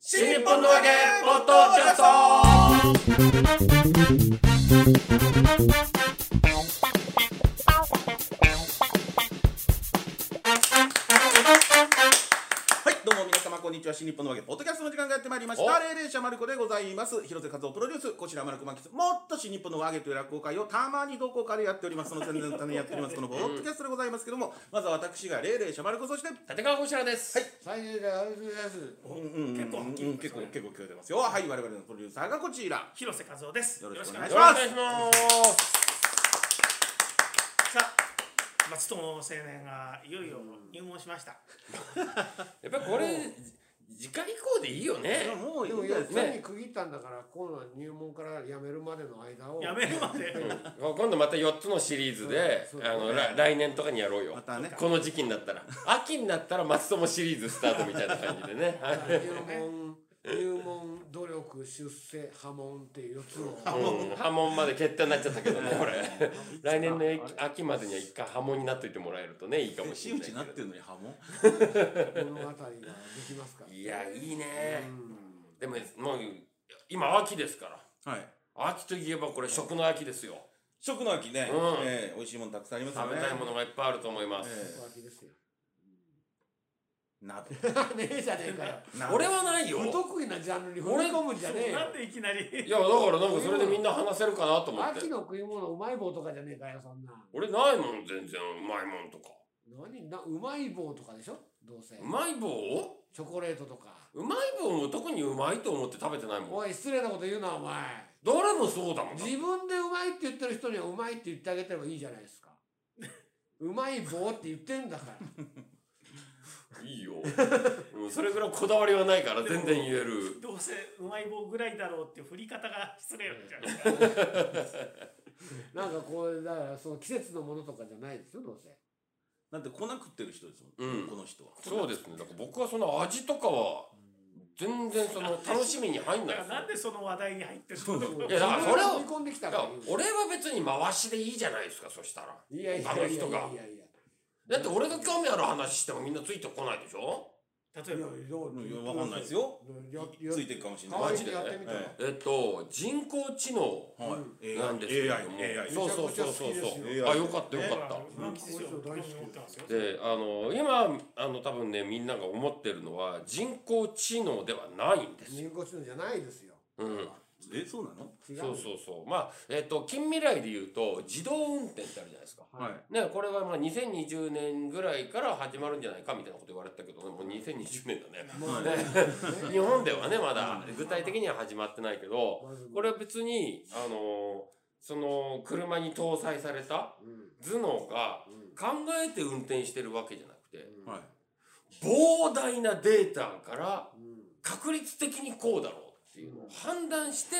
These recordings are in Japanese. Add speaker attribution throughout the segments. Speaker 1: 新日本のわけポッドキャストはいどうも皆様こんにちは新日本のわけポッドキャストの時間がやってまいりました
Speaker 2: お
Speaker 1: 霊霊者まる子でございます広瀬和夫プロデュースこちらまるこまきつもっと新日本のわけという落語会をたまに同好会でやっておりますその宣伝のためにやっておりますこのポッドキャストでございますけどもまずは私が霊霊者まる子そして
Speaker 2: 立川こしらです。はい。
Speaker 3: 三十代アルフィです。
Speaker 1: 結
Speaker 4: 結構はっきり言いま
Speaker 1: 結
Speaker 4: す
Speaker 1: 構
Speaker 4: ね
Speaker 1: 結構聞こえてますよはい我々のプロデューサーがこちら
Speaker 4: 広瀬和夫です。
Speaker 1: よ
Speaker 4: よ
Speaker 1: ろ
Speaker 4: ろ
Speaker 1: し
Speaker 4: し
Speaker 1: くお
Speaker 4: くお
Speaker 1: 願
Speaker 4: 願
Speaker 1: い
Speaker 4: い
Speaker 1: し
Speaker 4: し
Speaker 1: ま
Speaker 4: ますす。
Speaker 2: します。
Speaker 4: さあ、松友青年がいよいよ入門しました。
Speaker 2: やっぱりこれ次回以降でいいよ
Speaker 1: いや
Speaker 2: ね。
Speaker 1: もうい
Speaker 3: で
Speaker 1: い
Speaker 3: も
Speaker 1: んじゃないで
Speaker 3: 四つ
Speaker 1: すか
Speaker 3: に区切ったんだから、今度は入門から辞めるまでの間を。
Speaker 4: やめるまで。
Speaker 2: うん今度また4つのシリーズで、
Speaker 3: そう
Speaker 2: あのら来年とかにやろうよ
Speaker 1: ま。たね
Speaker 2: この時期になったら、秋になったら松友シリーズスタートみたいな感じでね。はい
Speaker 3: 入門、入門、努力、出世、波紋っていう四つを。
Speaker 2: うん波紋まで決定になっちゃったけどね、これ。来年の秋秋までには一回波紋になっといてもらえるとね、いいかもし
Speaker 1: 真
Speaker 2: れ
Speaker 1: 打
Speaker 2: ない
Speaker 1: ちにな
Speaker 2: けど
Speaker 1: ってるのに波紋
Speaker 3: 物語ができますから。
Speaker 2: いや、いいうね。
Speaker 3: ん
Speaker 2: でも、もう、今秋ですから。
Speaker 1: はい
Speaker 2: 秋といえばこれ食の秋ですよ。
Speaker 1: 食の秋ね、
Speaker 2: うん
Speaker 1: ええ美味しいものたくさんありますよ
Speaker 2: 食
Speaker 1: ね
Speaker 2: べたいものがいっぱいあると思います。
Speaker 1: え
Speaker 3: 浮気ですよ。
Speaker 1: え鍋
Speaker 3: ねえじゃねえかよ。
Speaker 1: 鍋
Speaker 2: 俺はないよ。
Speaker 3: 不得意なジャンルに振り込むんじゃねえよ
Speaker 4: なん。でいきなり。
Speaker 2: いやだからなんかそれでみんな話せるかなと思って
Speaker 3: 秋の食い物うまい棒とかじゃねえかよそんな。
Speaker 2: 俺ないもん全然うまいもんとか
Speaker 3: 何なうまい棒とかでしょどうせ
Speaker 2: う。まい棒
Speaker 3: チョコレートとか。
Speaker 2: うまい棒も特にうまいと思って食べてないもん
Speaker 3: おい失礼なこと言うなお前。
Speaker 2: 誰もそうだもん
Speaker 3: 自分でうまいって言ってる人にはうまいって言ってあげてもいいじゃな いですか。うまい棒って言ってんだから。
Speaker 2: いいよ、 うん、それぐらいこだわりはないから全然言える
Speaker 4: どうせうまい棒ぐらいだろうって振り方が失礼なんじゃない
Speaker 3: なんかこう、だからその季節のものとかじゃないですよ、どうせ。
Speaker 1: なんて粉食ってる人ですもん、
Speaker 2: うん
Speaker 1: この人は
Speaker 2: そうですねだから僕はその味とかは全然その楽しみに入んない
Speaker 4: だからなんでその話題に入ってるの
Speaker 2: いやだからそれを
Speaker 3: 自分で飲み込んできた
Speaker 2: だ
Speaker 3: か
Speaker 2: からら俺は別に回しでいいじゃないですかそしたら
Speaker 3: いやいや
Speaker 2: あ
Speaker 3: い
Speaker 2: の
Speaker 3: やいやいや
Speaker 2: 人が
Speaker 3: いやいや。
Speaker 2: だって俺が興味ある話してもみんなついてこないでしょ
Speaker 4: 例えば、
Speaker 3: ど
Speaker 1: うんいやわかんないですよついてるかもしれない
Speaker 2: マ
Speaker 3: マ
Speaker 2: ジ
Speaker 3: ジ
Speaker 2: で
Speaker 3: で。やってみたら。
Speaker 1: え
Speaker 2: えっと人工知能
Speaker 1: はい、AI
Speaker 2: なんですけども
Speaker 1: AI
Speaker 2: そうそうそうそうそう
Speaker 1: めちゃくちゃ好きですよ
Speaker 2: あよかったよかっ
Speaker 4: うまき師匠大好きってますよ。
Speaker 2: たであの今あの多分ねみんなが思ってるのは人工知能ではないんですよ、
Speaker 3: 人工知能じゃないですよ。
Speaker 2: うん、
Speaker 1: えそうなの
Speaker 3: 違う。
Speaker 2: そうそうそうまあえっと近未来で言うと自動運転ってあるじゃないですか
Speaker 1: はい、
Speaker 2: ね、これはまあ2020年ぐらいから始まるんじゃないかみたいなこと言われてたけどねもう2020年だね
Speaker 3: まあ
Speaker 2: ね
Speaker 3: ね。
Speaker 2: 日本ではねまだ具体的には始まってないけど
Speaker 3: まず
Speaker 2: これは別にあのその車に搭載された
Speaker 3: うん
Speaker 2: 頭脳が
Speaker 3: うん
Speaker 2: 考えて運転してるわけじゃなくて
Speaker 3: うん
Speaker 1: はい
Speaker 2: 膨大なデータから
Speaker 3: うん
Speaker 2: 確率的にこうだろうっていうのを判断して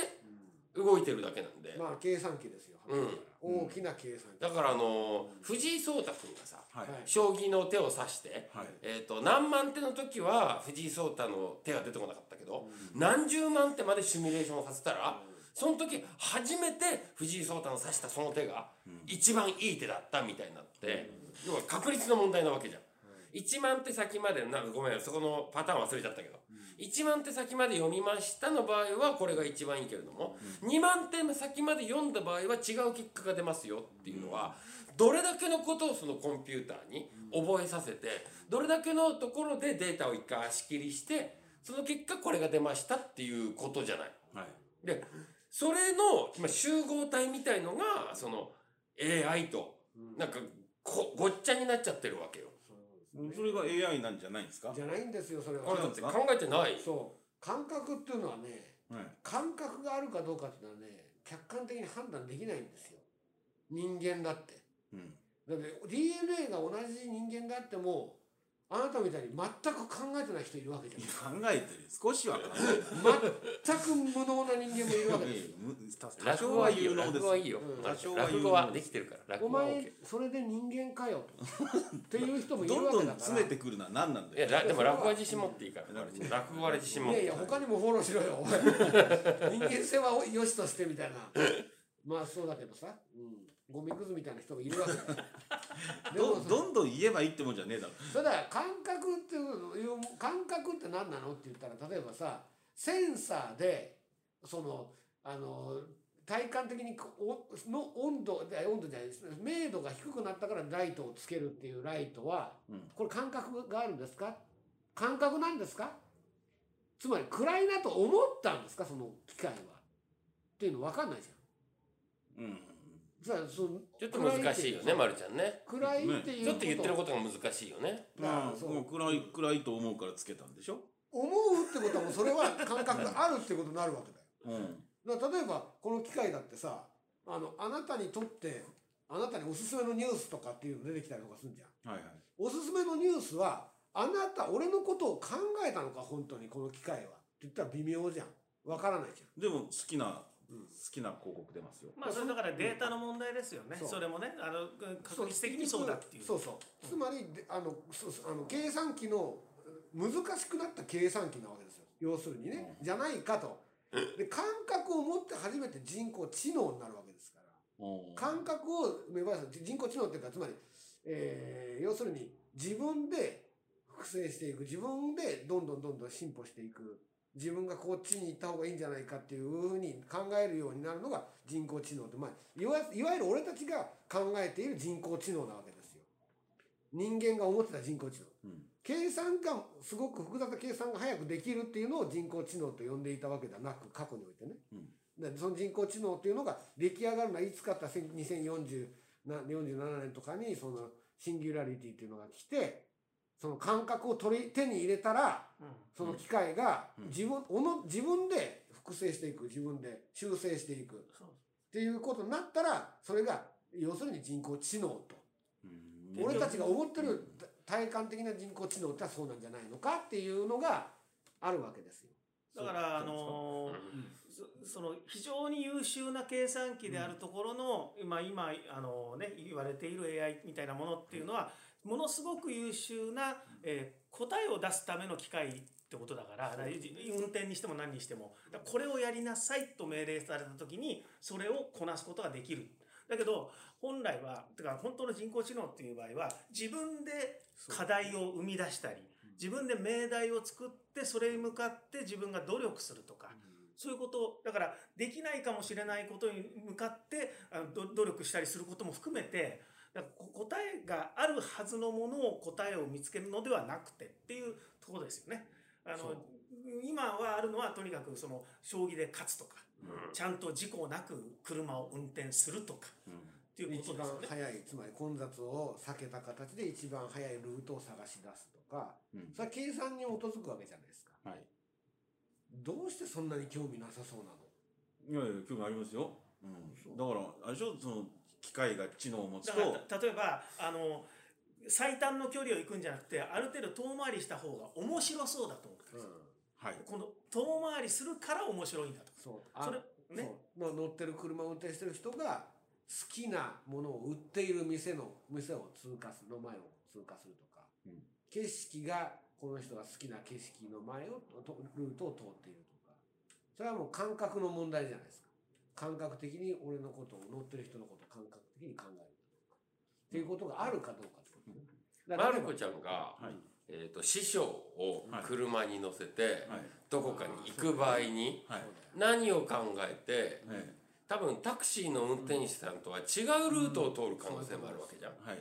Speaker 2: 動いてるだけなんで
Speaker 3: まあ計算機ですよ。
Speaker 2: うん
Speaker 3: 大きな計算機。
Speaker 2: だからあの藤井聡太君がさ
Speaker 1: はい
Speaker 3: はい
Speaker 2: 将棋の手を指して、
Speaker 1: はい
Speaker 2: えー、と何万手の時は藤井聡太の手が出てこなかったけど
Speaker 3: う
Speaker 2: 何十万手までシミュレーションさせたらその時初めて藤井聡太の指したその手が
Speaker 1: うん
Speaker 2: 一番いい手だったみたいになって要は確率の問題なわけじゃん。1万手先までなごめんそこのパターン忘れちゃったけど、1万手先まで読みましたの場合はこれが一番いいけれども、2万手先まで読んだ場合は違う結果が出ますよっていうのは、どれだけのことをそのコンピューターに覚えさせてどれだけのところでデータを一回足切りしてその結果これが出ましたっていうことじゃない。
Speaker 1: はい
Speaker 2: でそれの今集合体みたいのがその AI と
Speaker 3: うん
Speaker 2: なんかこごっちゃになっちゃってるわけよ。
Speaker 3: そうですね
Speaker 1: それが AI なんじゃないんですか
Speaker 3: じゃないんですよそれ
Speaker 2: あれ
Speaker 3: は
Speaker 2: だって考えてない
Speaker 3: そう感覚っていうのはね
Speaker 1: はい
Speaker 3: 感覚があるかどうかっていうのはね客観的に判断できないんですよ人間だって
Speaker 1: うん
Speaker 3: だって DNA が同じ人間であってもあなたみたいに全く考えてない人いるわけじゃ
Speaker 1: い
Speaker 3: な
Speaker 1: や
Speaker 3: い
Speaker 1: 考えてる少しは考え
Speaker 3: 全く無能な人間もいるわけ
Speaker 1: て
Speaker 3: です
Speaker 1: る
Speaker 3: よ
Speaker 1: む多
Speaker 2: 落
Speaker 1: 少
Speaker 2: 語
Speaker 1: は
Speaker 2: はいい
Speaker 1: 有
Speaker 2: よ
Speaker 1: 能
Speaker 2: 落
Speaker 1: です
Speaker 2: 語はいいよ、
Speaker 3: うん
Speaker 1: 多少は
Speaker 2: 落語はできてるから落
Speaker 3: お
Speaker 2: 語は
Speaker 3: 前
Speaker 2: OK
Speaker 3: それで人間かよ っていう人もいる
Speaker 1: どん
Speaker 3: わ
Speaker 1: ど
Speaker 3: け
Speaker 1: ん
Speaker 3: だから
Speaker 1: 詰めてくるのは何なん
Speaker 2: い
Speaker 1: だ
Speaker 2: や
Speaker 1: よ
Speaker 2: らでも落語は自信持っていいから、
Speaker 1: うん
Speaker 2: 落語は自信持っ
Speaker 3: いや
Speaker 2: て
Speaker 3: いや他にもフォローしろよ 人間性は良しとしてみたいな まあそうだけどさ、うん、ゴミくずみたいな人もいるわけだよでも
Speaker 1: ど
Speaker 3: さ
Speaker 1: どんどん言えばいいってもんじゃねえだろ
Speaker 3: それだから感覚っていう感覚って何なのって言ったら例えばさセンサーでそのあの体感的にこおの温度で温度じゃないです明度が低くなったからライトをつけるっていうライトは、
Speaker 1: うん
Speaker 3: これ感覚があるんですか感覚なんですかつまり暗いなと思ったんですかその機械は。っていうの分かんないじゃん。
Speaker 1: うん
Speaker 3: じゃあその
Speaker 2: ちょっと難しいよね、まるちゃんね。
Speaker 3: 暗いっていう
Speaker 2: ちょっと言ってる
Speaker 3: こと
Speaker 2: ことが難しいよね。
Speaker 1: ま
Speaker 3: ま
Speaker 1: あ
Speaker 3: あそう
Speaker 1: もう暗い暗いと思うからつけたんでしょ
Speaker 3: 思うってことはもうそれは感覚があるってことになるわけだよ。
Speaker 1: うん
Speaker 3: だから例えばこの機械だってさあのあなたにとってあなたにおすすめのニュースとかっていうの出てきたりとかするじゃん
Speaker 1: はいはい
Speaker 3: おすすめのニュースはあなた俺のことを考えたのか本当にこの機械はって言ったら微妙じゃんわからないじゃ
Speaker 1: でも好きな
Speaker 3: う
Speaker 1: 好
Speaker 3: ん
Speaker 1: きな広告出ますよ
Speaker 4: まあそれだからデータの問題ですよね、
Speaker 3: そう
Speaker 4: それもねあの
Speaker 3: ん
Speaker 4: 確率的にそうだっていう
Speaker 3: そうそうつまりであのそうそうあの計算機の難しくなった計算機なわけですよ要するにね、じゃないかとで感覚を持って初めて人工知能になるわけですから
Speaker 1: うん
Speaker 3: 感覚を芽生やす人工知能っていうかつまり、えー要するに自分で複製していく自分でどんどんどんどん進歩していく自分がこっちに行った方がいいんじゃないかっていうふうに考えるようになるのが人工知能って、まあ、いわいわゆる俺たちが考えている人工知能なわけですよ。人間が思ってた人工知能。
Speaker 1: うん
Speaker 3: 計算がすごく複雑な計算が早くできるっていうのを人工知能と呼んでいたわけではなく過去においてね、でその人工知能っていうのが出来上がるのはいつかって2047年とかにそのシンギュラリティっていうのが来てその感覚を取り手に入れたら
Speaker 4: うん
Speaker 3: その機械が
Speaker 1: うん
Speaker 3: 自分,、おの自分で複製していく自分で修正していくっ
Speaker 4: そう
Speaker 3: ていうことになったらそれが要するに人工知能と
Speaker 1: うん
Speaker 3: 俺たちが思ってる体感的な人工知能ってのはそうなんじゃないのかっていうのがあるわけですよ。
Speaker 4: だからあのーそその非常に優秀な計算機であるところの、まあ今あのね言われている AI みたいなものっていうのは、ものすごく優秀な、えー答えを出すための機械ってことだからだから運転にしても何にしてもだからこれをやりなさいと命令された時にそれをこなすことができる。だけど本来はてか本当の人工知能っていう場合は自分で課題を生み出したり自分で命題を作ってそれに向かって自分が努力するとかそういうことをだからできないかもしれないことに向かってあのど努力したりすることも含めてだからこ答えがあるはずのものを答えを見つけるのではなくてっていうところですよね。あ
Speaker 3: そ
Speaker 4: の
Speaker 3: う
Speaker 4: 今はあるのはとにかくその将棋で勝つとか
Speaker 2: うん
Speaker 4: ちゃんと事故なく車を運転するとか
Speaker 1: うん
Speaker 4: っていう
Speaker 3: 一
Speaker 4: ことで
Speaker 3: 番
Speaker 4: すよね。
Speaker 3: 早いつまり混雑を避けた形で一番早いルートを探し出すとか
Speaker 1: うん
Speaker 3: それは計算に基づくわけじゃないですか
Speaker 1: はい
Speaker 3: どうしてそんなに興味なさそうなの
Speaker 1: いやいや興味ありますよ、うん、だからあれでしょその機械が知能を持つ
Speaker 4: だ
Speaker 1: と
Speaker 4: からた例えばあの最短の距離を行くんじゃなくてある程度遠回りした方が面白そうだと思ったんですよ、
Speaker 1: はい
Speaker 4: この遠回りするから面白いんだと
Speaker 3: そう
Speaker 4: それ
Speaker 3: そう
Speaker 4: ね
Speaker 3: まあ乗ってる車を運転してる人が好きなものを売っている店の店を通過すの前を通過するとか、
Speaker 1: うん
Speaker 3: 景色がこの人が好きな景色の前をとルートを通っているとかそれはもう感覚の問題じゃないですか感覚的に俺のことを乗ってる人のことを感覚的に考えるとかっていうことがあるかどうかってことねだか
Speaker 2: ま
Speaker 3: ら例
Speaker 2: る
Speaker 3: えば
Speaker 2: 子ちゃんが、
Speaker 1: はい
Speaker 2: えっと、師匠を車に乗せて、
Speaker 1: はい
Speaker 2: どこかに行く場合に、
Speaker 1: はい
Speaker 3: そうだよ
Speaker 2: 何を考えて、
Speaker 1: はい
Speaker 2: 多分タクシーの運転手さんとは違うルートを通る可能性もあるわけじゃん。
Speaker 1: はい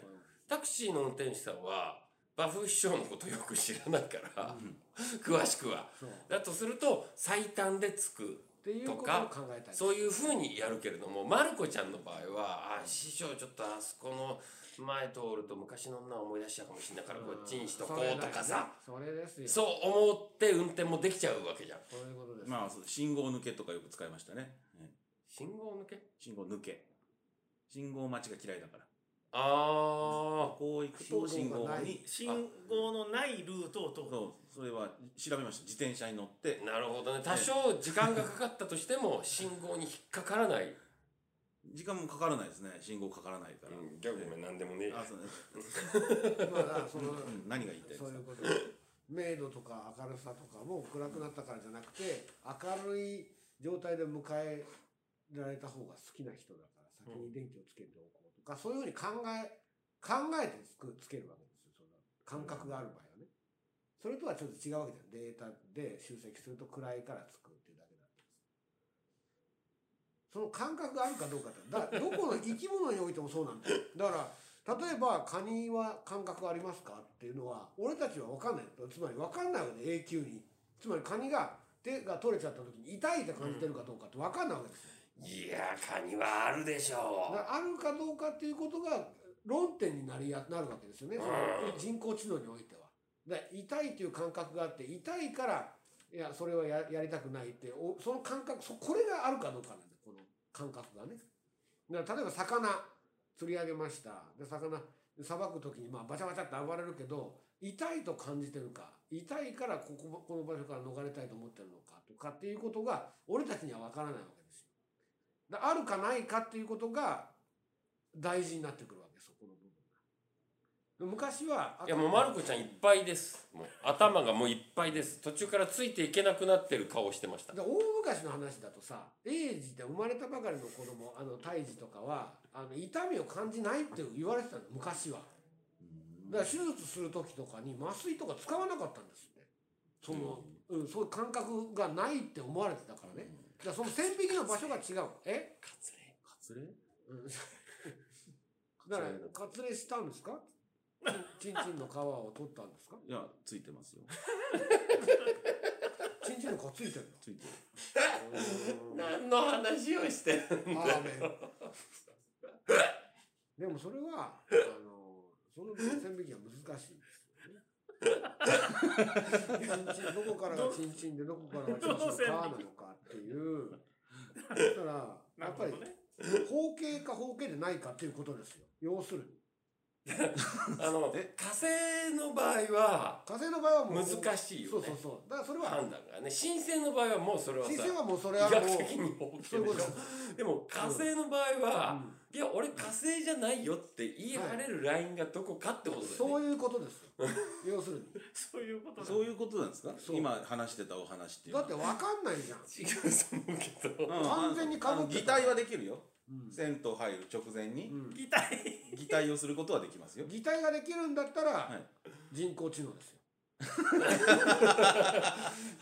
Speaker 2: タクシーの運転手さんは、バフ師匠のことよく知らないから、詳しくは。
Speaker 3: そう
Speaker 2: だとすると、最短で着く。
Speaker 3: っていうことを考えたい
Speaker 2: そういうふうにやるけれども、まる子ちゃんの場合は、あ、師匠ちょっとあそこの前通ると昔の女を思い出しちゃうかもしれないから、こっちにしとこうとかさ、
Speaker 3: それだよねそれですよ
Speaker 2: そう思って運転もできちゃうわけじゃん。
Speaker 3: そういうことです、
Speaker 1: まあそう信号抜けとかよく使いましたね、ね
Speaker 2: 信号抜け
Speaker 1: 信号抜け信号待ちが嫌いだから
Speaker 2: あ
Speaker 1: こう行くと信
Speaker 3: 信
Speaker 1: 号
Speaker 3: 号がない
Speaker 1: に
Speaker 4: 信号のないルートを通る
Speaker 1: そうそれは調べました自転車に乗って
Speaker 2: あ、なるほどね。多少時間がかかったとしても、信号に引っかからない。
Speaker 1: 時間もかからないですね信号かからないから、
Speaker 2: うん、ギャグもなんでもねえや
Speaker 1: あそうね、
Speaker 3: まあだからその
Speaker 1: うん、何が言いたいです
Speaker 3: そう
Speaker 1: か
Speaker 3: いうこと明度とか明るさとかも暗くなったからじゃなくて明るい状態で迎えられた方が好きな人だから先に電気をつけておこうとか、そういうふうに考え考えてつくつけるわけですよその感覚がある場合はね。それとはちょっと違うわけじゃん。データで集積すると暗いからつくっていうだけなんです。その感覚があるかどうかって。だからどこの生き物においてもそうなんだよ。だから、例えばカニは感覚ありますかっていうのは、俺たちは分かんない。つまり分かんないわけで、永久に。つまりカニが手が取れちゃった時に痛いと感じてるかどうかって分かんないわけですよ。
Speaker 2: いやー、カニはあるでし
Speaker 3: だか
Speaker 2: ょ
Speaker 3: らあるかどうかっていうことが論点になりやなるわけですよね、その
Speaker 2: う
Speaker 3: 人工知能においては。だから痛いという感覚があって痛いからいやそれはややりたくないっておその感覚そこれがあるかどうかなんだよこの感覚がね。だから例えば魚釣り上げましたで魚さばく時にまあバチャバチャって暴れるけど痛いと感じてるか痛いからこここの場所から逃れたいと思ってるのかとかっていうことが俺たちには分からないわけですよ。だからあるかないかっていうことが大事になってくるわけそこの部分が。昔は
Speaker 2: う。いや、もう、まる子ちゃんいっぱいです。もう、頭がもういっぱいです。途中からついていけなくなってる顔してました。
Speaker 3: で大昔の話だとさ英治って生まれたばかりの子供あの胎児とかはあの痛みを感じないって言われてたの昔はだから手術する時とかに麻酔とか使わなかったんですってその、うんそういう感覚がないって思われてたからね、だからその線引きの場所が違うえ、
Speaker 2: カツレ
Speaker 1: カツレ
Speaker 3: うん、だから割礼したんですかちんちんの皮を取ったんですか
Speaker 1: いや、ついてますよ。
Speaker 3: ちんちんの皮ついてる
Speaker 1: ついてる。
Speaker 3: の
Speaker 2: 何の話をしてる
Speaker 3: アーメンでもそれはあのその線引きは難しいですよね。 チンチンどこからがチンチンでどこからがチンチンの皮なのかっていうだからやっぱり
Speaker 4: なるほどね
Speaker 3: 方形か方形でないかっていうことですよ要するに
Speaker 2: あの、火星の場合は、
Speaker 3: 火星の場合はもう
Speaker 2: 難しいよね
Speaker 3: そうそうそうだからそれは
Speaker 2: 判断がね、新星の場合はもうそれはさ、
Speaker 3: 新鮮はもうそれ
Speaker 2: 医
Speaker 3: はもう
Speaker 2: 学的に大き
Speaker 3: そういう
Speaker 2: で
Speaker 3: こ
Speaker 2: し
Speaker 3: と
Speaker 2: ょ。でも火星の場合は、
Speaker 3: う
Speaker 2: いや、俺火星じゃないよって言い張れるラインがどこかってことだ
Speaker 3: ん
Speaker 2: よね。
Speaker 3: そういうことですよ要するに
Speaker 4: そういうことだ
Speaker 1: そういうことなんですか
Speaker 3: そう
Speaker 1: 今話してたお話っていうの
Speaker 3: だ
Speaker 1: は
Speaker 3: って分かんないじゃん
Speaker 2: 違うと思うけど。
Speaker 1: うん
Speaker 3: 完全に被ってた
Speaker 1: あの擬態はできるよ、
Speaker 3: うん
Speaker 1: 銭湯入る直前に
Speaker 3: うん
Speaker 4: 痛い
Speaker 1: 擬態をすることはできますよ
Speaker 3: 擬態ができるんだったら
Speaker 1: はい
Speaker 3: 人工知能ですよ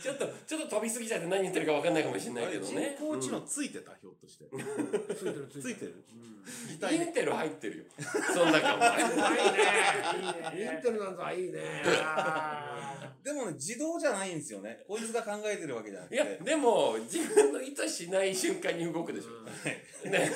Speaker 2: ちょっと、ちょっと飛びすぎちゃって何言ってるか分かんないかもしれないけどね。
Speaker 1: 人工知能ついてた、ひょっとして
Speaker 3: ついてる つ
Speaker 1: ついてる擬態
Speaker 2: イ
Speaker 1: で
Speaker 2: ンテル入ってるよ。そんなかお前。
Speaker 3: うんインテルなんざいいね
Speaker 4: あ
Speaker 1: でもね自動じゃないんですよねこいつが考えてるわけじゃなくて
Speaker 2: いや、でも、自分の意図しない瞬間に動くでしょ。ね。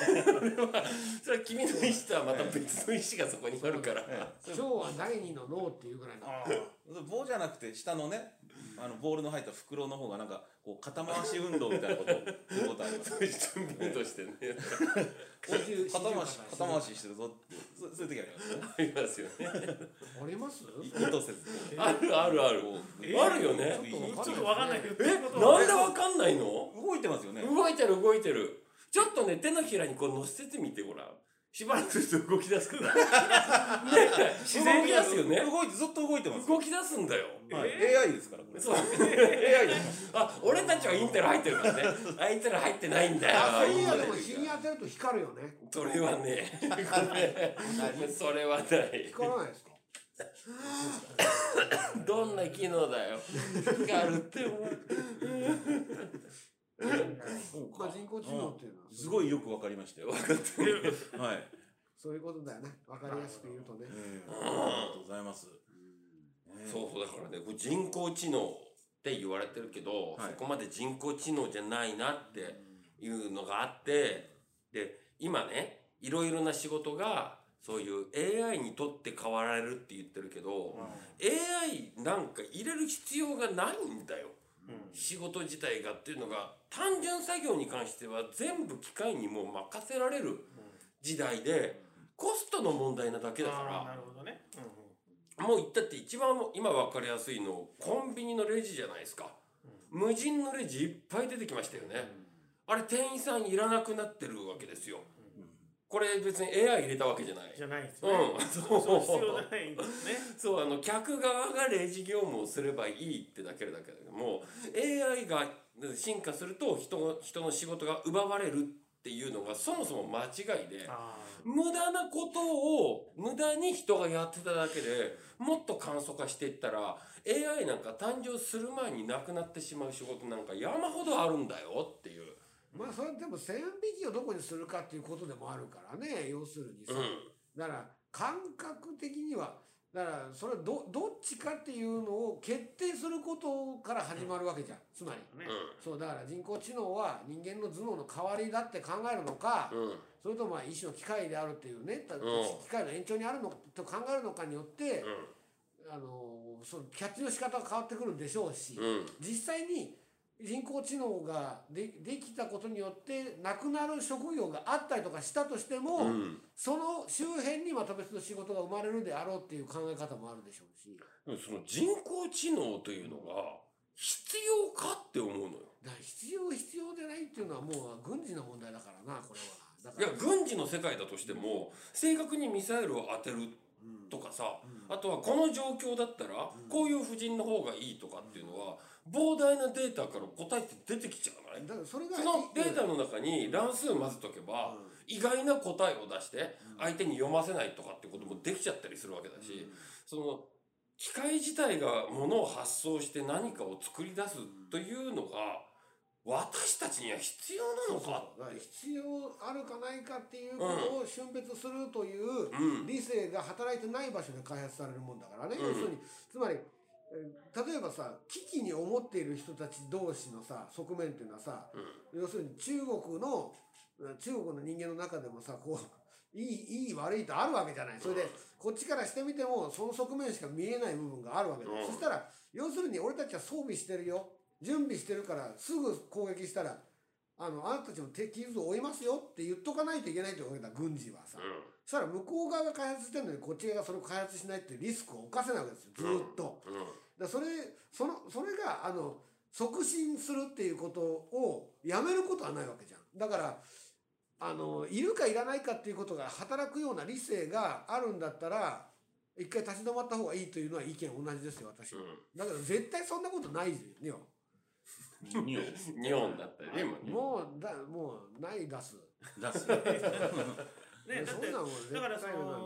Speaker 2: それは君の意思とはまた別の意思がそこにあるから。
Speaker 1: ええそれ
Speaker 3: 今日は第二の脳っていうぐらいの
Speaker 1: ああ棒じゃなくて下のねあのボールの入った袋の方がなんかこう肩回し運動みたいなことすることあります
Speaker 2: 準備としてね。
Speaker 3: 四十
Speaker 1: 肩回し
Speaker 3: 四十
Speaker 1: 肩回ししてるぞってそそういう時あります ね
Speaker 2: ありますよね。
Speaker 3: あります
Speaker 1: い意図せず
Speaker 2: あるあるある。あるよね。
Speaker 4: ーちょっとわかんないけど
Speaker 2: え、なんで分かんないの
Speaker 1: 動いてますよね
Speaker 2: 動いてる動いてるちょっとね手のひらにこう乗せてみてごらんしばらくすると動き出すから ね自然に出すよね
Speaker 1: 動いてずっと動いてます
Speaker 2: 動き出すんだよ
Speaker 1: はい AI ですからこれ
Speaker 2: そう AI あ俺たちはインテル入ってるからねあインテル入ってないんだよ
Speaker 3: あそうい
Speaker 2: イン
Speaker 3: う
Speaker 2: テ
Speaker 3: や
Speaker 2: ル
Speaker 3: でも日に当てると光るよね
Speaker 2: それはねごめん それはない
Speaker 3: 光らないですか
Speaker 2: どんな機能だよ光るって思う
Speaker 1: そうか
Speaker 3: まあ人工知能っていうのは
Speaker 1: すごいよくわかりましたよ。
Speaker 2: 分かってる
Speaker 1: はい。
Speaker 3: そういうことだよねわかりやすく言うとね
Speaker 1: ええありがとうございます。
Speaker 2: そうそうだからねこう人工知能って言われてるけど、
Speaker 1: はい
Speaker 2: そこまで人工知能じゃないなっていうのがあってで今ねいろいろな仕事がそういう AI にとって変わられるって言ってるけど、AI なんか入れる必要がないんだよ仕事自体がっていうのが単純作業に関しては全部機械にもう任せられる時代でコストの問題なだけだから。
Speaker 4: あーなるほどねうんうん
Speaker 2: もう言ったって一番今分かりやすいのコンビニのレジじゃないですか、無人のレジいっぱい出てきましたよね、あれ店員さんいらなくなってるわけですよ、これ別に AI 入れたわけじゃない
Speaker 4: じゃないです
Speaker 2: う
Speaker 4: ね
Speaker 2: んそう
Speaker 4: そう必要ないんですね
Speaker 2: そうあの客側がレジ業務をすればいいってだけだけども AI が進化すると人の人の仕事が奪われるってっていうのがそもそも間違いで、
Speaker 4: あ
Speaker 2: 無駄なことを無駄に人がやってただけでもっと簡素化していったら AI なんか誕生する前になくなってしまう仕事なんか山ほどあるんだよっていう。
Speaker 3: まあそれでも線引きをどこにするかっていうことでもあるからね要するに
Speaker 2: う
Speaker 3: さ、
Speaker 2: ん。
Speaker 3: だから感覚的にはだからそれはどどっちかっていうのを決定することから始まるわけじゃんつまり
Speaker 4: ーね
Speaker 2: う
Speaker 3: そうだから人工知能は人間の頭脳の代わりだって考えるのか、
Speaker 2: ん。うん。
Speaker 3: それともまあ一種の機械であるっていうね、た
Speaker 2: ん
Speaker 3: 機械の延長にあるのと考えるのかによって、あのそのキャッチの仕方が変わってくるんでしょうし、
Speaker 2: うん。
Speaker 3: 実際に人工知能がでできたことによってなくなる職業があったりとかしたとしても、
Speaker 2: うん。
Speaker 3: その周辺にまた別の仕事が生まれるであろうっていう考え方もあるでしょうし
Speaker 2: でもその人工知能というのが必要かって思うのよ。
Speaker 3: だから必要必要でないっていうのはもう軍事の問題だからなこれは。だ
Speaker 2: いや
Speaker 3: から、
Speaker 2: 軍事の世界だとしても、正確にミサイルを当てる
Speaker 3: うん
Speaker 2: とかさ、あとはこの状況だったら、こういう布陣の方がいいとかっていうのは、膨大なデータから答えって出てきちゃわない
Speaker 3: だからそれが
Speaker 2: そのデータの中に乱数混ぜとけば、意外な答えを出して、相手に読ませないとかってこともできちゃったりするわけだし、その機械自体がものを発想して何かを作り出すというのが私たちには必要なのか
Speaker 3: だから必要あるかないかっていうことを瞬別するという
Speaker 2: うん
Speaker 3: 理性が働いてない場所で開発されるもんだからね、
Speaker 2: うん
Speaker 3: 要するにつまりえー例えばさ危機に思っている人たち同士のさ側面っていうのはさ要するに中国のうん中国の人間の中でもさこういいいい悪いとあるわけじゃないそれでこっちからしてみてもその側面しか見えない部分があるわけだ、
Speaker 2: うん
Speaker 3: そしたら要するに俺たちは装備してるよ準備してるからすぐ攻撃したらあのあなたたちも敵傷を負いますよって言っとかないといけないってわけだ軍事はさ、
Speaker 2: う
Speaker 3: そしたら向こう側が開発してるのにこっち側がそれを開発しないっていうリスクを犯せないわけですよず
Speaker 2: ん
Speaker 3: ーっと。
Speaker 2: うんうん
Speaker 3: だからそれそのそれがあの促進するっていうことをやめることはないわけじゃん。だからあのいるかいらないかっていうことが働くような理性があるんだったら一回立ち止まった方がいいというのは意見同じですよ私は。だけど絶対そんなことないよ。
Speaker 2: うん 日本だったりね今ね
Speaker 3: もうだもうない出す。
Speaker 1: 出す。
Speaker 4: ねだっ
Speaker 3: そん
Speaker 4: て
Speaker 3: なんもう
Speaker 4: だから
Speaker 3: 絶対
Speaker 4: その,、
Speaker 3: な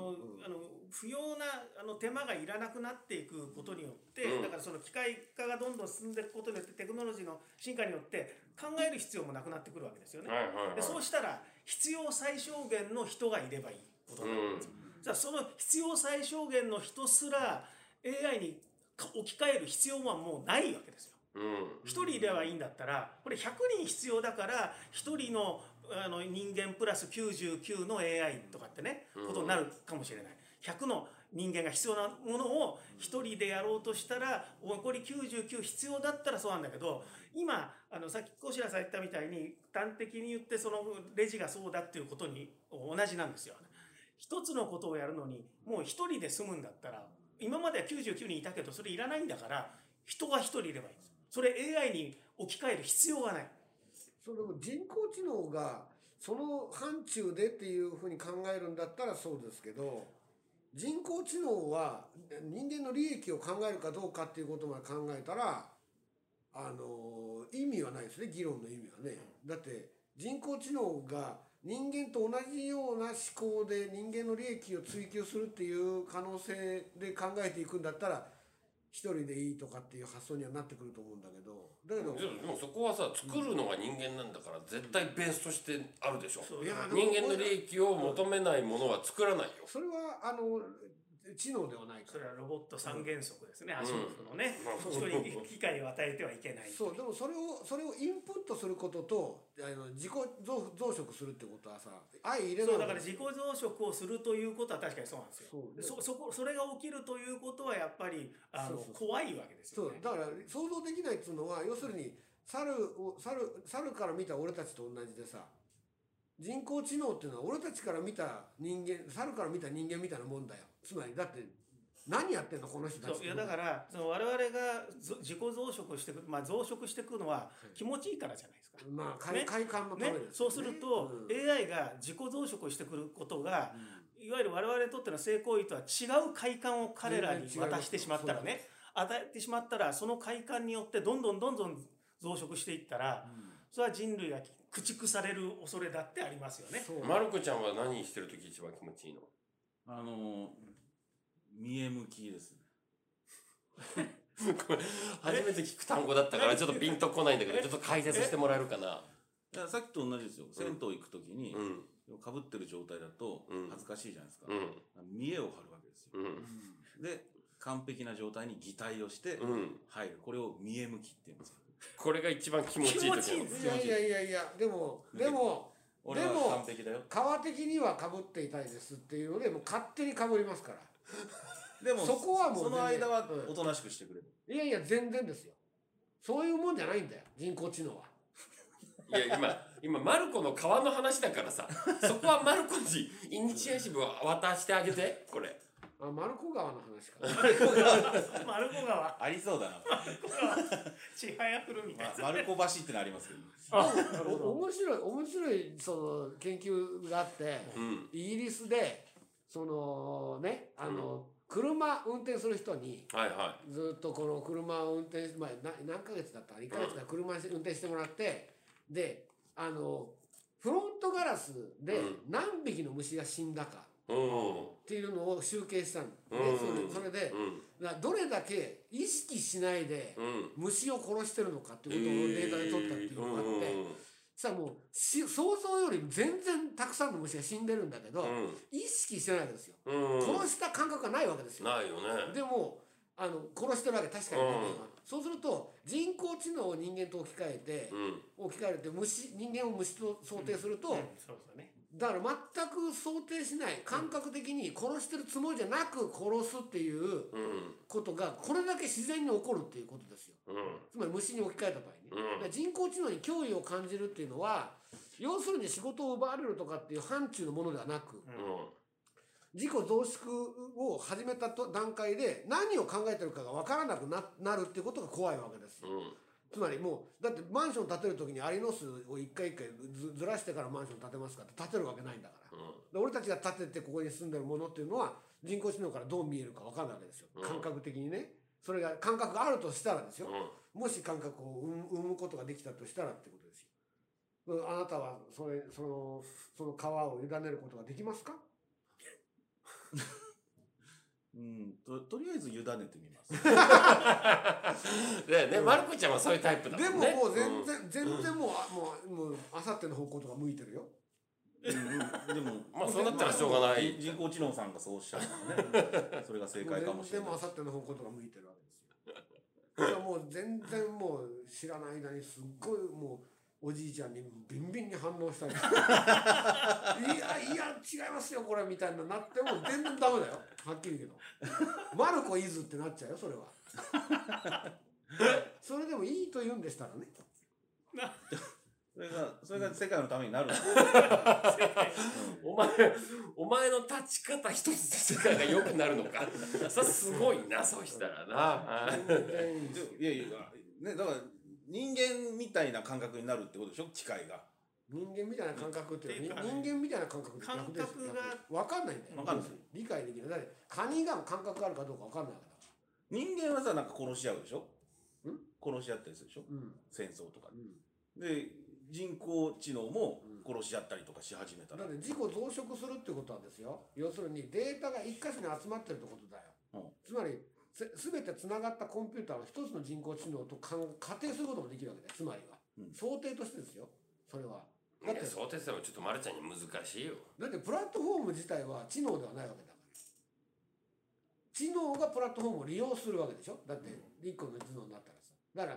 Speaker 3: い
Speaker 4: あの不要なあの手間がいらなくなっていくことによって、
Speaker 2: うん
Speaker 4: だからその機械化がどんどん進んでいくことによってテクノロジーの進化によって考える必要もなくなってくるわけですよね。
Speaker 2: はいはいはい
Speaker 4: でそうしたら必要最小限の人がいればいいこと
Speaker 2: う
Speaker 4: になるんですよ。じゃあその必要最小限の人すら AI に置き換える必要はもうないわけですよ。
Speaker 2: んうん
Speaker 4: 1人いればいいんだったらこれ100人必要だから1人のあの人間プラス99の AI とかってね、
Speaker 2: うん
Speaker 4: ことになるかもしれない100の人間が必要なものを1人でやろうとしたら残り99必要だったらそうなんだけど今あのさっき小白さん言ったみたいに端的に言ってそのレジがそうだっていうことに同じなんですよ。一つのことをやるのにもう一人で済むんだったら今までは99人いたけどそれいらないんだから人が一人いればいいんですそれ AI に置き換える必要がない
Speaker 3: それでも人工知能がその範疇でっていうふうに考えるんだったらそうですけど人工知能は人間の利益を考えるかどうかっていうことまで考えたらあの意味はないですね議論の意味はね。だって人工知能が人間と同じような思考で人間の利益を追求するっていう可能性で考えていくんだったら一人でいいとかっていう発想にはなってくると思うんだけどだけど
Speaker 2: でもでもそこはさ作るのが人間なんだから絶対ベースとしてあるでしょ
Speaker 4: そう
Speaker 3: いや
Speaker 2: 人間の利益を求めないものは作らないよ
Speaker 3: それはあの知能ではないか
Speaker 4: それ
Speaker 3: ら
Speaker 4: はロボット三原則ですね、
Speaker 2: ん
Speaker 4: 足元のね、
Speaker 2: まあ
Speaker 4: 一人に機会を与えてはいけない
Speaker 3: そうでもそれをそれをインプットすることとあの自己増増殖するってことはさ相入れない
Speaker 4: そうだから自己増殖をするということは確かにそうなんです
Speaker 3: そ
Speaker 4: よ
Speaker 3: う
Speaker 4: でそそこそれが起きるということはやっぱりあ
Speaker 3: そうそ
Speaker 4: の
Speaker 3: うそう
Speaker 4: 怖いわけです
Speaker 3: そ
Speaker 4: よ
Speaker 3: う
Speaker 4: ね
Speaker 3: だから想像できないっていうのは要するに猿を猿猿から見た俺たちと同じでさ人工知能っていうのは俺たちから見た人間猿から見た人間みたいなもんだよつまりだって何やってんのこの人たちっ
Speaker 4: そう
Speaker 3: て
Speaker 4: いやだからその我々がぞ自己増殖をしてく、まあ、増殖していくのは気持ちいいからじゃないですか、
Speaker 3: まあ快
Speaker 4: ね
Speaker 3: 快感のため
Speaker 4: ね
Speaker 3: です、ね、
Speaker 4: そうすると、
Speaker 3: うん
Speaker 4: AI が自己増殖をしてくることが、いわゆる我々にとっての性行為とは違う快感を彼らに
Speaker 3: 全然違います
Speaker 4: 渡してしまったらね与えてしまったらその快感によってどんどんどんどん増殖していったら、それは人類が駆逐される恐れだってありますよね。
Speaker 3: そう
Speaker 2: マルコちゃんは何してる時一番気持ちいいの
Speaker 1: あのー、見え向きですね。
Speaker 2: これ初めて聞く単語だったからちょっとピンとこないんだけどちょっと解説してもらえるかない
Speaker 1: や、さっきと同じですよ。銭湯行くときに
Speaker 2: う、ん
Speaker 1: かぶってる状態だと
Speaker 2: うん、
Speaker 1: 恥ずかしいじゃないですか
Speaker 2: う。ん
Speaker 1: 見栄を張るわけですよ。
Speaker 2: うん
Speaker 1: で、完璧な状態に擬態をして、
Speaker 2: うん
Speaker 1: 入る。これを見え向きって言うんですよ。
Speaker 2: これが一番気持ちいい
Speaker 4: 気持
Speaker 2: と
Speaker 4: ちいい
Speaker 2: こ
Speaker 4: んで
Speaker 3: いやいやいやいやでもでも
Speaker 1: 俺
Speaker 3: で
Speaker 1: は
Speaker 3: も
Speaker 1: 完璧だよ。
Speaker 3: 皮的にはかぶっていたいですっていうのでもう勝手にかぶりますから
Speaker 1: でも、
Speaker 3: そこはもう
Speaker 1: その
Speaker 3: 全然
Speaker 1: 間は
Speaker 3: うん
Speaker 1: おとなしくしてくれる。
Speaker 3: いやいや全然ですよそういうもんじゃないんだよ人工知能は。
Speaker 2: いや今今マルコの皮の話だからさそこはマルコにイニシアチブを渡してあげてこれ
Speaker 3: あマルコ川の話か
Speaker 4: マルコ川、
Speaker 1: ありそうだな。
Speaker 4: ちはやふるみたい
Speaker 1: ま
Speaker 4: な。
Speaker 1: マルコ橋ってのありますけど。
Speaker 3: お面白い面白いその研究があって
Speaker 2: うん
Speaker 3: イギリスでそのねあの、車運転する人に
Speaker 2: はいは
Speaker 3: ずっとこの車を運転し、まあ、な何ヶ月だったか1ヶ月だ車運転してもらってであのフロントガラスで
Speaker 2: う
Speaker 3: 何匹の虫が死んだかっ
Speaker 2: いうん
Speaker 3: ていうのを集計したんで、
Speaker 2: うん
Speaker 3: それでそれで
Speaker 2: うん
Speaker 3: だからどれだけ意識しないで
Speaker 2: うん
Speaker 3: 虫を殺してるのかっていうことをデータで取ったっていうのがあって、
Speaker 2: えー
Speaker 3: さあもうし想像より全然たくさんの虫が死んでるんだけど、意識してないわけですよ、
Speaker 2: うんうんうん
Speaker 3: 殺した感覚がないわけですよ
Speaker 2: ないよね
Speaker 3: でもあの殺してるわけ確かに、
Speaker 2: うん
Speaker 3: そうすると人工知能を人間と置き換えて、
Speaker 2: うん
Speaker 3: 置き換えるって虫人間を虫と想定すると、
Speaker 4: うんそうですよね。
Speaker 3: だから全く想定しない感覚的に殺してるつもりじゃなく殺すっていう
Speaker 2: うん
Speaker 3: ことがこれだけ自然に起こるっていうことですよ
Speaker 2: うん
Speaker 3: つまり虫に置き換えた場合ね、
Speaker 2: うん
Speaker 3: だから人工知能に脅威を感じるっていうのは要するに仕事を奪われるとかっていう範疇のものではなく
Speaker 2: う
Speaker 3: 自己増殖を始めたと段階で何を考えてるかが分からなくななるっていうことが怖いわけですよ
Speaker 2: んうん
Speaker 3: つまりもうだってマンション建てる時にアリの巣を一回一回ずずらしてからマンション建てますかって建てるわけないんだからで俺たちが建ててここに住んでるものっていうのは人工知能からどう見えるか分かんないわけですよ
Speaker 2: うん
Speaker 3: 感覚的にねそれが感覚があるとしたらですよ
Speaker 2: うん うん
Speaker 3: もし感覚を生む生むことができたとしたらってことですよ。うんあなたはそれそのその川を委ねることができますか？
Speaker 1: うん、と、とりあえず委ねてみ ます。
Speaker 2: だよね、マルコちゃんはそういうタイプだも
Speaker 3: で
Speaker 2: ん
Speaker 3: も
Speaker 2: ね。
Speaker 3: もう全然、全然もうあもうもうあさっての方向とか向いてるよ。
Speaker 1: うん うんでも、
Speaker 2: まあそうなったらしょうがない
Speaker 1: 人人工知能さんがそうおっしゃる からね。それが正解かもしれない
Speaker 3: もう全然もうあ。さっての方向とか向いてるわけですよ。だから もう全然もう知らない間にすっごいもうおじいちゃんにビンビンに反応した りしていやいや違いますよこれみたいななっても全然ダメだよはっきり言うけ どマルコイズってなっちゃうよそれはそれでもいいと言うんでしたらね
Speaker 1: それが、それが世界のためになるんだ。
Speaker 2: お前、お前の立ち方一つで世界が良くなるのか。さ、すごいな、そうしたらな。は
Speaker 3: 全
Speaker 2: い
Speaker 3: 然いい
Speaker 1: でいやいや、ね、だから、人間みたいな感覚になるってことでしょ機械が。
Speaker 3: 人間みたいな感覚っていうのは
Speaker 4: って
Speaker 3: 人
Speaker 4: いうか
Speaker 3: 人間みたいな感覚って逆です
Speaker 4: 感覚
Speaker 3: が分かんないんだよ
Speaker 1: わかんない
Speaker 3: 理解できないだってカニが感覚あるかどうか分かんないわけだか
Speaker 1: 人間はさ、なんか殺し合うでしょ
Speaker 3: ん
Speaker 1: 殺し合ったりするでしょ
Speaker 3: らうん
Speaker 1: 戦争とか
Speaker 3: う。ん
Speaker 1: で、人工知能も殺し合ったりとかし始めた
Speaker 3: だ
Speaker 1: ら
Speaker 3: っ。て自己増殖するってことはですよ要するにデータが一箇所に集まってるってことだよ、
Speaker 1: うん
Speaker 3: つまりす全てつながったコンピューターを一つの人工知能とかん仮定することもできるわけだよつまりは、
Speaker 1: うん
Speaker 3: 想定としてですよそれはだっ
Speaker 2: い
Speaker 3: て
Speaker 2: や、想定すればちょっとマルちゃんに難しいよ。
Speaker 3: だってプラットフォーム自体は知能ではないわけだから知能がプラットフォームを利用するわけでしょだって一個の頭脳になったらさだから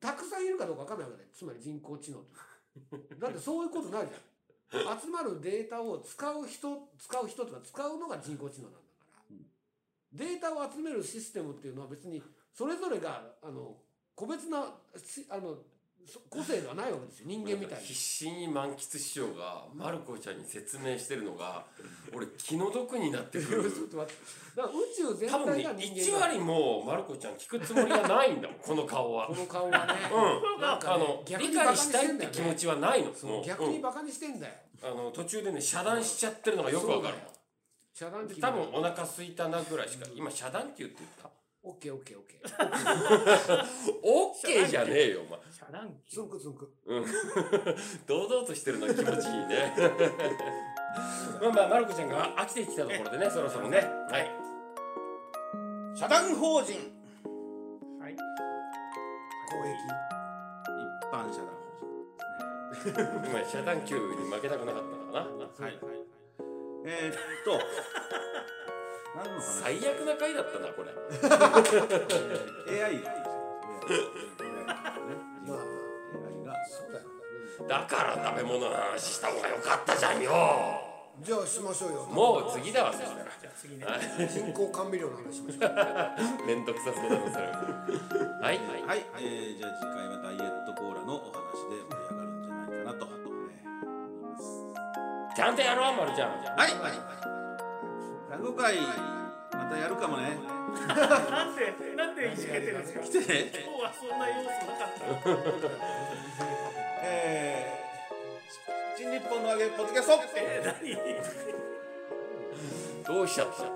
Speaker 3: たくさんいるかどうか分かんないわけだよつまり人工知能ってだってそういうことないじゃん集まるデータを使う人使う人とか使うのが人工知能なんだか
Speaker 1: う
Speaker 3: ら、
Speaker 1: ん
Speaker 3: データを集めるシステムっていうのは別にそれぞれがあの個別なしあのそ個性ではないわけですよ人間みたいに
Speaker 2: 必死に満喫師匠が、マルコちゃんに説明してるのが、俺、気の毒になってく
Speaker 3: ちょっ
Speaker 2: る。
Speaker 3: と待ってだから宇宙全
Speaker 2: 多分
Speaker 3: 体
Speaker 2: ね
Speaker 3: が、人
Speaker 2: 1
Speaker 3: 間だ
Speaker 2: 割もマルコちゃん聞くつもりがないんだもん、この顔は
Speaker 3: こ。の顔はね、
Speaker 2: うん
Speaker 3: なん
Speaker 2: あ
Speaker 3: かね
Speaker 2: の、
Speaker 3: 逆
Speaker 2: 理
Speaker 3: にバカ
Speaker 2: 解
Speaker 3: にし
Speaker 2: した
Speaker 3: て
Speaker 2: いっ
Speaker 3: んだ
Speaker 2: て
Speaker 3: よ
Speaker 2: 気
Speaker 3: ね
Speaker 2: 持ちはないの。
Speaker 3: そう
Speaker 2: もう
Speaker 3: 逆にバカにしてんだよ
Speaker 2: あの途中でね遮断しちゃってるのがよくわかる
Speaker 3: 遮断機
Speaker 2: 多分お腹空いたなぐらいしか今遮断球って言った
Speaker 3: オッケーオッケーオッケー。
Speaker 2: オッケーじゃねえよ、お前。
Speaker 4: シャランキ
Speaker 3: つんくつんく。
Speaker 2: 堂々としてるのは気持ちいいね。 まあまあ、まるこちゃんが飽きてきたところでね、そろそろね。はい。
Speaker 1: 社団法人一
Speaker 4: はい。
Speaker 3: 公益。
Speaker 1: 般社団
Speaker 2: 今、遮断球に負けたくなかったからな。
Speaker 1: 法人はいはいはいえー、っと 何の話
Speaker 2: 最悪な回だったな、これ。
Speaker 1: AI が
Speaker 3: まあまあ
Speaker 1: AI が
Speaker 3: そうだよね。
Speaker 2: だから食べ物の話した方が良かったじゃんよ。
Speaker 3: じゃあしましょうよ。
Speaker 2: もう次だわ、そしたら。
Speaker 4: じゃあ次ね。
Speaker 3: 人工甘味料の話しましょう。
Speaker 2: めんどくさそうだな、それ。はい、はい。
Speaker 1: はい、えー、じゃあ次回はダイエットコーラのお話で盛り上がるんじゃないかなと思います。
Speaker 2: ちゃんとやろう、まるちゃん。
Speaker 1: はい、はい、落語会またやるかもね。
Speaker 4: なんで、なんでいじけてるんですか
Speaker 1: 来てね。
Speaker 4: 今日はそんな要素なかった。
Speaker 1: えー、新日本の揚げポッドキャスト。
Speaker 4: えー、何
Speaker 2: どうしちゃったの